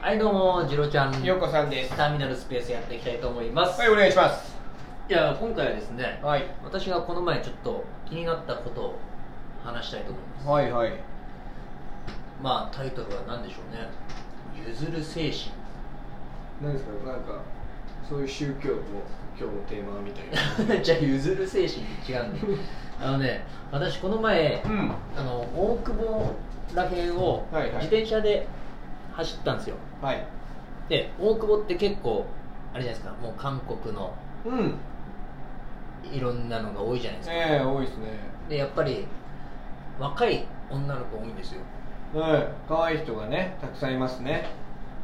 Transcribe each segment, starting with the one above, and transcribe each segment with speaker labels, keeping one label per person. Speaker 1: はいどうもジロちゃん
Speaker 2: ようこさんです。
Speaker 1: ターミナルスペースやっていきたいと思います、
Speaker 2: はい、お願いします。
Speaker 1: いや今回はですね
Speaker 2: はい。
Speaker 1: 私がこの前ちょっと気になったことを話したいと思います
Speaker 2: はいはい。
Speaker 1: まあタイトルは何でしょうね譲る精神
Speaker 2: 何ですか、なんか、そういう宗教の今日のテーマみたい
Speaker 1: じゃあ譲る精神って違うんで あのね私この前
Speaker 2: うん。
Speaker 1: あの大久保らへんを
Speaker 2: はいはい
Speaker 1: 自転車で走ったんですよ、
Speaker 2: はい。
Speaker 1: で大久保って結構あれじゃないですかもう韓国の
Speaker 2: うん。
Speaker 1: いろんなのが多いじゃないですか、
Speaker 2: ええ多いですね。
Speaker 1: でやっぱり若い女の子多いんですよ
Speaker 2: うん。可愛い人がね、たくさんいますね。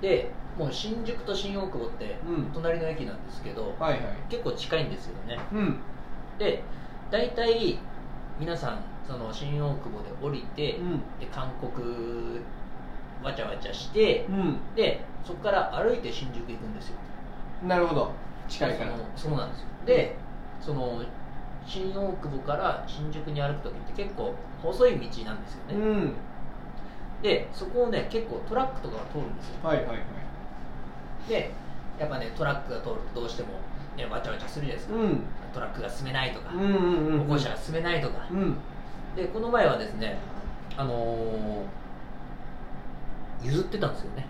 Speaker 1: でもう新宿と新大久保って
Speaker 2: うん
Speaker 1: 隣の駅なんですけど、
Speaker 2: はいはい。
Speaker 1: 結構近いんですよね
Speaker 2: うん。
Speaker 1: で大体皆さんその新大久保で降りて、
Speaker 2: うん。
Speaker 1: で韓国わちゃわちゃして、
Speaker 2: う
Speaker 1: でそこから歩いて新宿行くんですよ
Speaker 2: ん。なるほど。近いから。
Speaker 1: そのそうなんですよでその新大久保から新宿に歩く時って結構細い道なんですよ
Speaker 2: う
Speaker 1: ね、
Speaker 2: ん。
Speaker 1: でそこをね結構トラックとかが通るんですよ
Speaker 2: はいはいはい。
Speaker 1: でやっぱねトラックが通るとどうしても、ね、わちゃわちゃするじゃないです
Speaker 2: う
Speaker 1: か、
Speaker 2: ん。
Speaker 1: トラックが進めないとか、
Speaker 2: うんうんうん。
Speaker 1: 歩行者が進めないとか、
Speaker 2: うん。
Speaker 1: でこの前はですねあのー譲ってたんですよね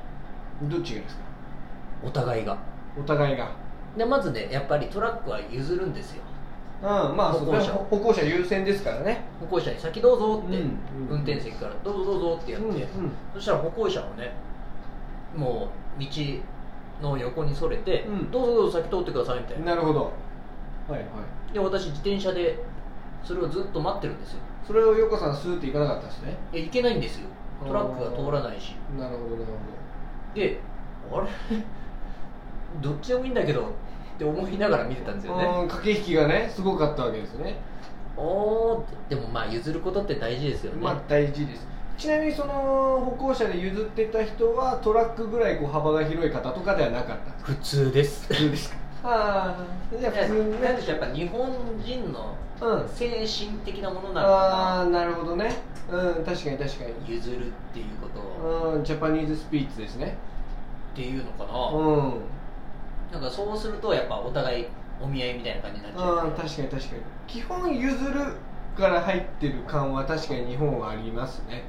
Speaker 2: どっちがですか
Speaker 1: お互いが
Speaker 2: お互いが。
Speaker 1: でまずねやっぱりトラックは譲るんですよ
Speaker 2: うん、まあ、
Speaker 1: 歩
Speaker 2: そ
Speaker 1: 行
Speaker 2: う
Speaker 1: 者
Speaker 2: でも歩行者優先ですからね。
Speaker 1: 歩行者に先どうぞって、
Speaker 2: うん
Speaker 1: 運転席からどうぞどうぞってやって、
Speaker 2: うんうん
Speaker 1: そしたら歩行者もねもう道の横にそれて、
Speaker 2: うん
Speaker 1: どうぞどうぞ先通ってくださいみたいな
Speaker 2: なるほど。はいはい。
Speaker 1: で私自転車でそれをずっと待ってるんですよ
Speaker 2: それを横さんスーって行かなかったんですね。
Speaker 1: いや行けないんですよトラックが通らないし
Speaker 2: なるほどなる
Speaker 1: であれ どっちでもいいんだけどって思いながら見てたんですよ
Speaker 2: ほ
Speaker 1: ね
Speaker 2: ど。うん、駆け引きがね、すごかったわけですね。
Speaker 1: おーってでもまあ譲ることって大事ですよね、
Speaker 2: まあ大事です。ちなみにその歩行者で譲ってた人はトラックぐらいこう幅が広い方とかではなかったんですか。
Speaker 1: 普通です
Speaker 2: 普通ですか。 ああ、じゃあ普通
Speaker 1: なんで
Speaker 2: ね。
Speaker 1: しょうやっぱ日本人の
Speaker 2: うん。
Speaker 1: 精神的なものなの
Speaker 2: あ
Speaker 1: か
Speaker 2: あ、なるほどね。うん、確かに確かに
Speaker 1: な。譲るっていうことを
Speaker 2: うん、ジャパニーズスピーチですね。
Speaker 1: っていうのか
Speaker 2: う
Speaker 1: な、
Speaker 2: ん。うん、
Speaker 1: なんかそうするとやっぱお互いお見合いみたいな感じになっちゃう
Speaker 2: 確かに確かに。基本譲るから入ってる感は確かに日本はありますね。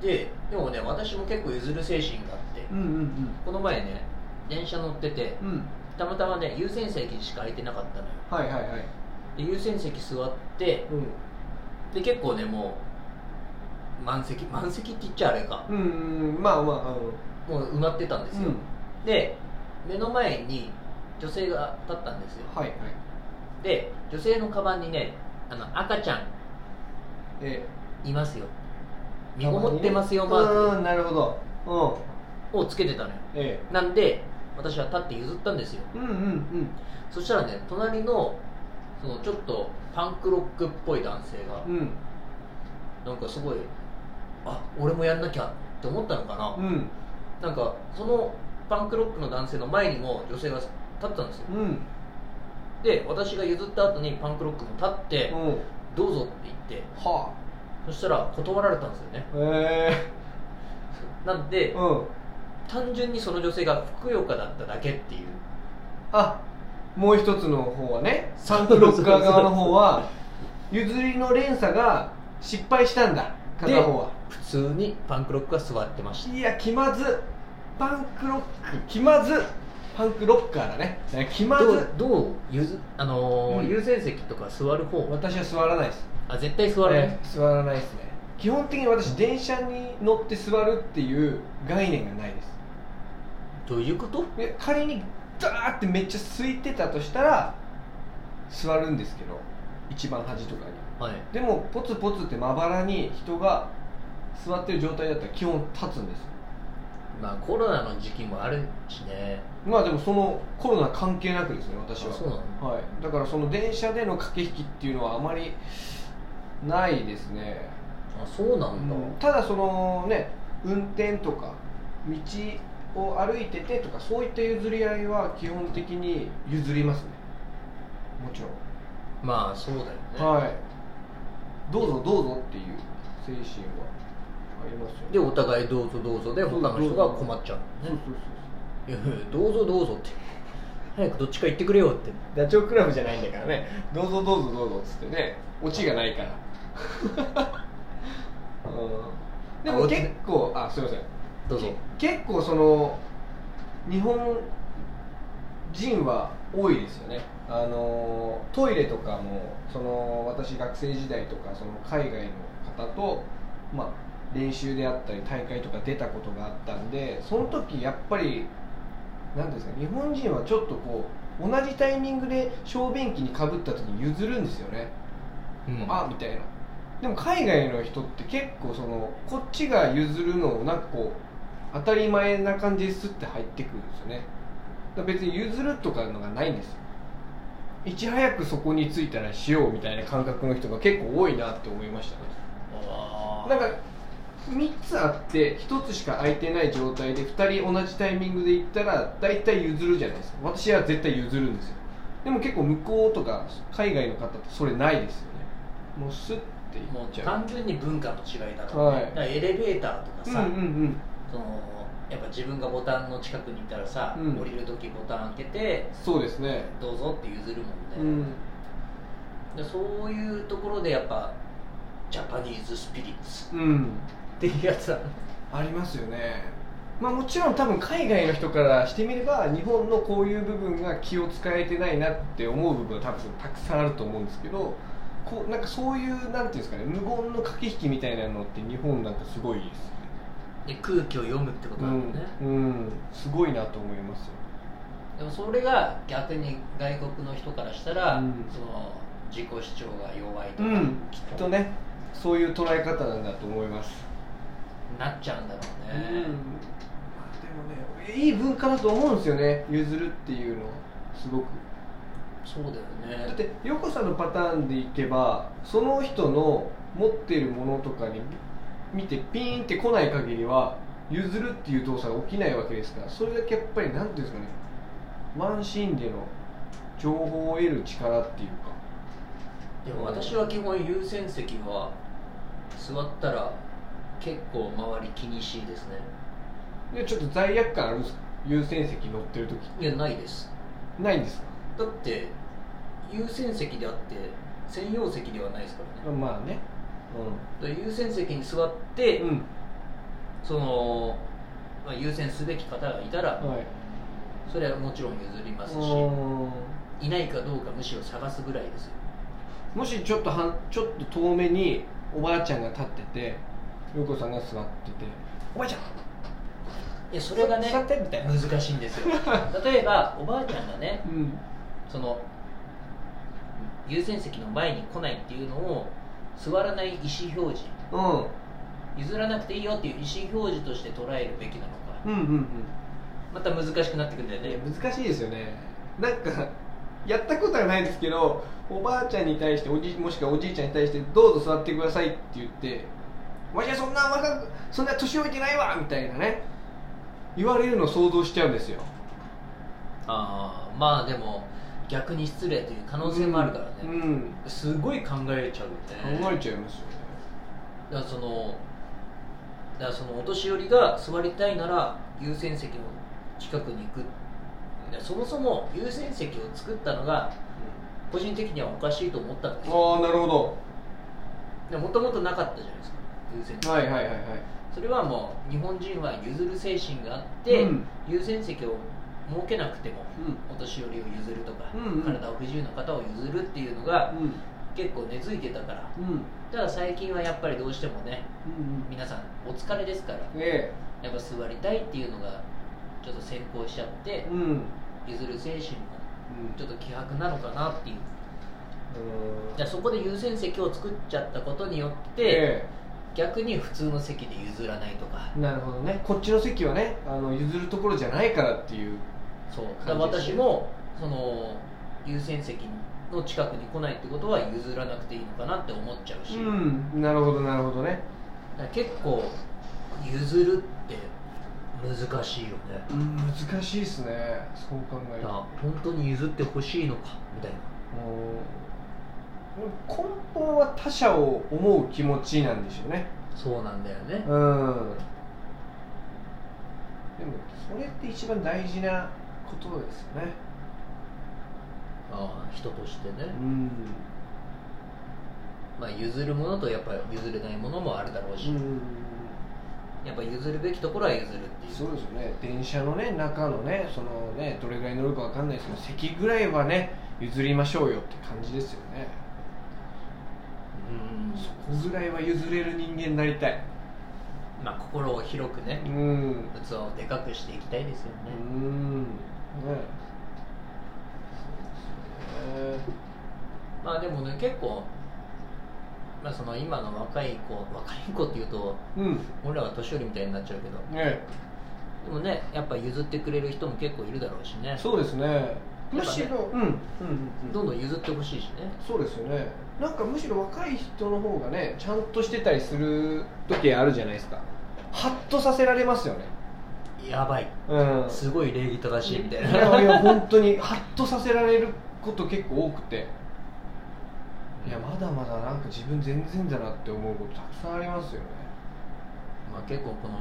Speaker 1: ででもね私も結構譲る精神があって、
Speaker 2: うん。うんうん
Speaker 1: この前ね電車乗ってて
Speaker 2: うん。うん。
Speaker 1: たまたまね優先席しか空いてなかったのよ
Speaker 2: はいはいはい。
Speaker 1: で優先席座って
Speaker 2: うん。
Speaker 1: で結構ねもう満席満席って言っちゃあれか
Speaker 2: うんうん、まあまあ、あの、
Speaker 1: もう埋まってたんですよ、
Speaker 2: う
Speaker 1: で目の前に女性が立ったんですよ
Speaker 2: ん、はいはい。
Speaker 1: で女性のカバンにねあの赤ちゃ
Speaker 2: え
Speaker 1: んいますよ
Speaker 2: え
Speaker 1: 身ごもってますよマ
Speaker 2: う
Speaker 1: ー
Speaker 2: ーん、なるほど。うん、
Speaker 1: クをつけてたのよ
Speaker 2: え
Speaker 1: なんで私は立って譲ったんですよ
Speaker 2: えうんうんうん。
Speaker 1: そしたらね隣のそのちょっとパンクロックっぽい男性が
Speaker 2: うん、
Speaker 1: なんかすごいあ俺もやんなきゃって思ったのかな、
Speaker 2: うん、
Speaker 1: なんかそのパンクロックの男性の前にも女性が立ってたんですよ
Speaker 2: うん、うん。
Speaker 1: で私が譲った後にパンクロックも立って「どうぞ」って言って
Speaker 2: は
Speaker 1: そしたら断られたんですよね
Speaker 2: あ。え
Speaker 1: なん
Speaker 2: え
Speaker 1: で
Speaker 2: うん。
Speaker 1: 単純にその女性がふくよかだっただけっていう
Speaker 2: あ、もう一つの方はね、サンクロッカー側の方は、譲りの連鎖が失敗したんだ、片方は。
Speaker 1: 普通にパンクロックが座ってまし
Speaker 2: いや、気まず。パンクロック、気まず。パンクロッカーだね。気
Speaker 1: た
Speaker 2: ま
Speaker 1: ど
Speaker 2: ず
Speaker 1: う。どうゆず、あのー
Speaker 2: うん
Speaker 1: 優先席とか座る方
Speaker 2: 私は座らないです。
Speaker 1: あ絶対座る、
Speaker 2: ええ座らないですね基本的に私電車に乗って座るっていう概念がないです
Speaker 1: どういうこと
Speaker 2: で仮にダーってめっちゃ空いてたとしたら座るんですけど一番端とかに
Speaker 1: はい
Speaker 2: でもポツポツってまばらに人が座ってる状態だったら基本立つんですよ
Speaker 1: まあコロナの時期もあるしね
Speaker 2: まあでもそのコロナ関係なくですね私は
Speaker 1: あそうなの
Speaker 2: はい、だからその電車での駆け引きっていうのはあまりないですね
Speaker 1: あそうなんだ、
Speaker 2: ただそのね運転とか道を歩いててとかそういった譲り合いは基本的に譲りますねもちろん、
Speaker 1: まあそうだよね
Speaker 2: はいどうぞどうぞっていう精神はありますよ
Speaker 1: でお互いどうぞどうぞで他の人が困っちゃう
Speaker 2: そうそうそう
Speaker 1: いやいやどうぞどうぞって早くどっちか言ってくれよって
Speaker 2: そうダチョウ倶楽部じゃないんだからねどうぞどうぞどうぞっつってねオチがな いからうんで
Speaker 1: あ
Speaker 2: も
Speaker 1: オチ
Speaker 2: 結
Speaker 1: ね
Speaker 2: 構あすいません
Speaker 1: どうぞ
Speaker 2: け結構その日本人は多いですよねあのトイレとかもその私学生時代とかその海外の方と、まあ、練習であったり大会とか出たことがあったんでその時やっぱり何ですか日本人はちょっとこう同じタイミングで小便器にかぶった時に譲るんですよね
Speaker 1: うん
Speaker 2: あみたいなでも海外の人って結構そのこっちが譲るのをなんかこう当たり前な感じですって入ってくるんですよねだから別に譲るとかのがないんですよいち早くそこに着いたらしようみたいな感覚の人が結構多いなって思いましたね
Speaker 1: あー
Speaker 2: なんか3つあって1つしか空いてない状態で2人同じタイミングで行ったら大体譲るじゃないですか私は絶対譲るんですよでも結構向こうとか海外の方ってそれないですよねもうスッて行
Speaker 1: も
Speaker 2: っ
Speaker 1: う
Speaker 2: ちゃ
Speaker 1: 単純に文化の違いだとね、
Speaker 2: はい
Speaker 1: だからエレベーターと
Speaker 2: う
Speaker 1: かさ、
Speaker 2: うんうん
Speaker 1: そのやっぱ自分がボタンの近くにいたらさ、
Speaker 2: うん
Speaker 1: 降りる時ボタン開けて
Speaker 2: うんそうですね
Speaker 1: どうぞって譲るもんね、
Speaker 2: うん
Speaker 1: でそういうところでやっぱジャパニーズスピリッツ
Speaker 2: うん
Speaker 1: っていうやつだ
Speaker 2: ありますよねまあもちろん多分海外の人からしてみれば日本のこういう部分が気を使えてないなって思う部分は多分たくさんあると思うんですけどこうなんかそういうなんていうんですかね無言の駆け引きみたいなのって日本なんかすごいですよ
Speaker 1: で
Speaker 2: ね
Speaker 1: 空気を読むってことなんだよね、
Speaker 2: うん、うん、すごいなと思いますよ
Speaker 1: でもそれが逆に外国の人からしたら、
Speaker 2: うん
Speaker 1: その自己主張が弱いとか、
Speaker 2: うんきっとねそういう捉え方なんだと思います
Speaker 1: なっちゃうんだろ
Speaker 2: うん
Speaker 1: うね、
Speaker 2: でもねいい文化だと思うんですよね譲るっていうのはすごく
Speaker 1: そうだよね
Speaker 2: だって横さんのパターンでいけばその人の持ってるものとかに見てピーンって来ない限りは譲るっていう動作が起きないわけですからそれだけやっぱりなんていうんですかねワンシーンでの情報を得る力っていうか
Speaker 1: でも私は基本優先席は座ったら結構周り気にしいですね
Speaker 2: でちょっと罪悪感あるんですか優先席乗ってる時
Speaker 1: いやないです
Speaker 2: ないんですか
Speaker 1: だって優先席であって専用席ではないですからね
Speaker 2: まあね
Speaker 1: だから優先席に座って、
Speaker 2: うん、
Speaker 1: その、まあ、優先すべき方がいたら、
Speaker 2: はい
Speaker 1: それはもちろん譲りますし、
Speaker 2: う
Speaker 1: いないかどうかむしろ探すぐらいですよ
Speaker 2: んもしちょっとはんちょっと遠目におばあちゃんが立ってて陽子さんが座ってて「おばあちゃん
Speaker 1: いやそれがね
Speaker 2: 座って」みたいな
Speaker 1: 難しいんですよ 例えばおばあちゃんがね
Speaker 2: うん
Speaker 1: その優先席の前に来ないっていうのを座らない意思表示
Speaker 2: うん
Speaker 1: 譲らなくていいよっていう意思表示として捉えるべきなのか
Speaker 2: うんうん
Speaker 1: また難しくなってくるんだよ
Speaker 2: うんいや
Speaker 1: ね
Speaker 2: 難しいですよねなんか やったことはないですけどおばあちゃんに対しておじもしくはおじいちゃんに対して「どうぞ座ってください」って言って「わしはそんな若くそんな年老いてないわ」みたいなね言われるのを想像しちゃうんですよ
Speaker 1: ああまあでも逆に失礼という可能性もあるからね、
Speaker 2: うん
Speaker 1: すごい考えちゃうよね
Speaker 2: 考えちゃいますよね
Speaker 1: だからそのだからそのお年寄りが座りたいなら優先席の近くに行くだからそもそも優先席を作ったのが個人的にはおかしいと思ったんですよ
Speaker 2: ああなるほ
Speaker 1: もともとなかったじゃないですか優先席
Speaker 2: どはいはいはいはい
Speaker 1: それはもう日本人は譲る精神があって、
Speaker 2: うん
Speaker 1: 優先席を設けなくてもお年寄りを譲るとか、
Speaker 2: うんうん
Speaker 1: 体を不自由な方を譲るっていうのが
Speaker 2: うん
Speaker 1: 結構根付いてたから
Speaker 2: うんうん
Speaker 1: ただ最近はやっぱりどうしてもね
Speaker 2: うん
Speaker 1: 皆さんお疲れですから
Speaker 2: え
Speaker 1: やっぱ座りたいっていうのがちょっと先行しちゃっ
Speaker 2: え
Speaker 1: て
Speaker 2: うんうん
Speaker 1: 譲る精神もちょっと希薄なのかなっていう
Speaker 2: うん
Speaker 1: じゃあそこで優先席を作っちゃったことによって
Speaker 2: え
Speaker 1: 逆に普通の席で譲らないとか
Speaker 2: えなるほどねこっちの席はねあの譲るところじゃないからっていう
Speaker 1: そう
Speaker 2: 感じ
Speaker 1: だから私もその優先席の近くに来ないってことは譲らなくていいのかなって思っちゃうし、だか
Speaker 2: んなるほどなるほどね
Speaker 1: ら結構譲るって難しいよね
Speaker 2: うん難しいですねそう考え
Speaker 1: だ
Speaker 2: る
Speaker 1: から
Speaker 2: と
Speaker 1: 本当に譲ってほしいのかみたいな
Speaker 2: うんでも根本は他者を思う気持ちなんでしょうね
Speaker 1: そうなんだよね、
Speaker 2: うんでもそれって一番大事なことですよね
Speaker 1: ああ人としてね、
Speaker 2: ん、
Speaker 1: まあ、譲るものとやっぱり譲れないものもあるだろうし、
Speaker 2: うん、
Speaker 1: やっぱ譲るべきところは譲るっていう
Speaker 2: そうですよね電車のね中のねそのねどれぐらい乗るかわかんないですけど席ぐらいはね譲りましょうよって感じですよね
Speaker 1: うん
Speaker 2: そこぐらいは譲れる人間になりたい
Speaker 1: まあ、心を広くね
Speaker 2: うん
Speaker 1: 器をでかくしていきたいですよね
Speaker 2: う、んねそうですね
Speaker 1: まあでもね結構、まあ、その今の若い子若い子っていうと
Speaker 2: うん
Speaker 1: 俺らが年寄りみたいになっちゃうけど
Speaker 2: ね
Speaker 1: でもねやっぱ譲ってくれる人も結構いるだろうしね
Speaker 2: そうですねむしろ、うん、うんうん
Speaker 1: どんどん譲ってほしいしね
Speaker 2: そうですよねなんかむしろ若い人の方がねちゃんとしてたりする時あるじゃないですかハッとさせられますよね
Speaker 1: やばい
Speaker 2: うん
Speaker 1: すごい礼儀正しいみたい
Speaker 2: い
Speaker 1: な
Speaker 2: やいや本当にハッとさせられること結構多くていやまだまだなんか自分全然だなって思うことたくさんありますよね
Speaker 1: まあ、結構この、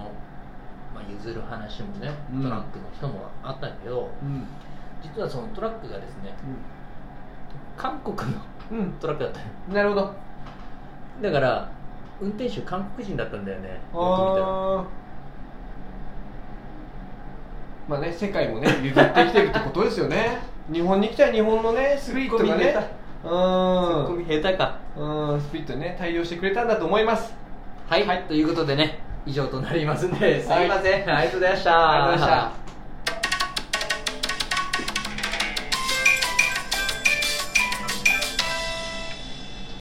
Speaker 1: まあ、譲る話もね
Speaker 2: うん
Speaker 1: トラックの人もあったんだけど、
Speaker 2: うん
Speaker 1: 実はそのトラックがですね韓国の
Speaker 2: うん、
Speaker 1: トラックだったの
Speaker 2: なるほど
Speaker 1: だから運転手韓国人だったんだよねよく見たら
Speaker 2: あーまあね世界もね譲ってきてるってことですよ ね日本に来たら日本のねスピットがねう
Speaker 1: ツッコ
Speaker 2: ん
Speaker 1: ミ下手か
Speaker 2: うんスピットにね対応してくれたんだと思います
Speaker 1: はい、
Speaker 2: はい
Speaker 1: ということでね以上となりますんですいません、ありがとうございました
Speaker 2: ありがとうございました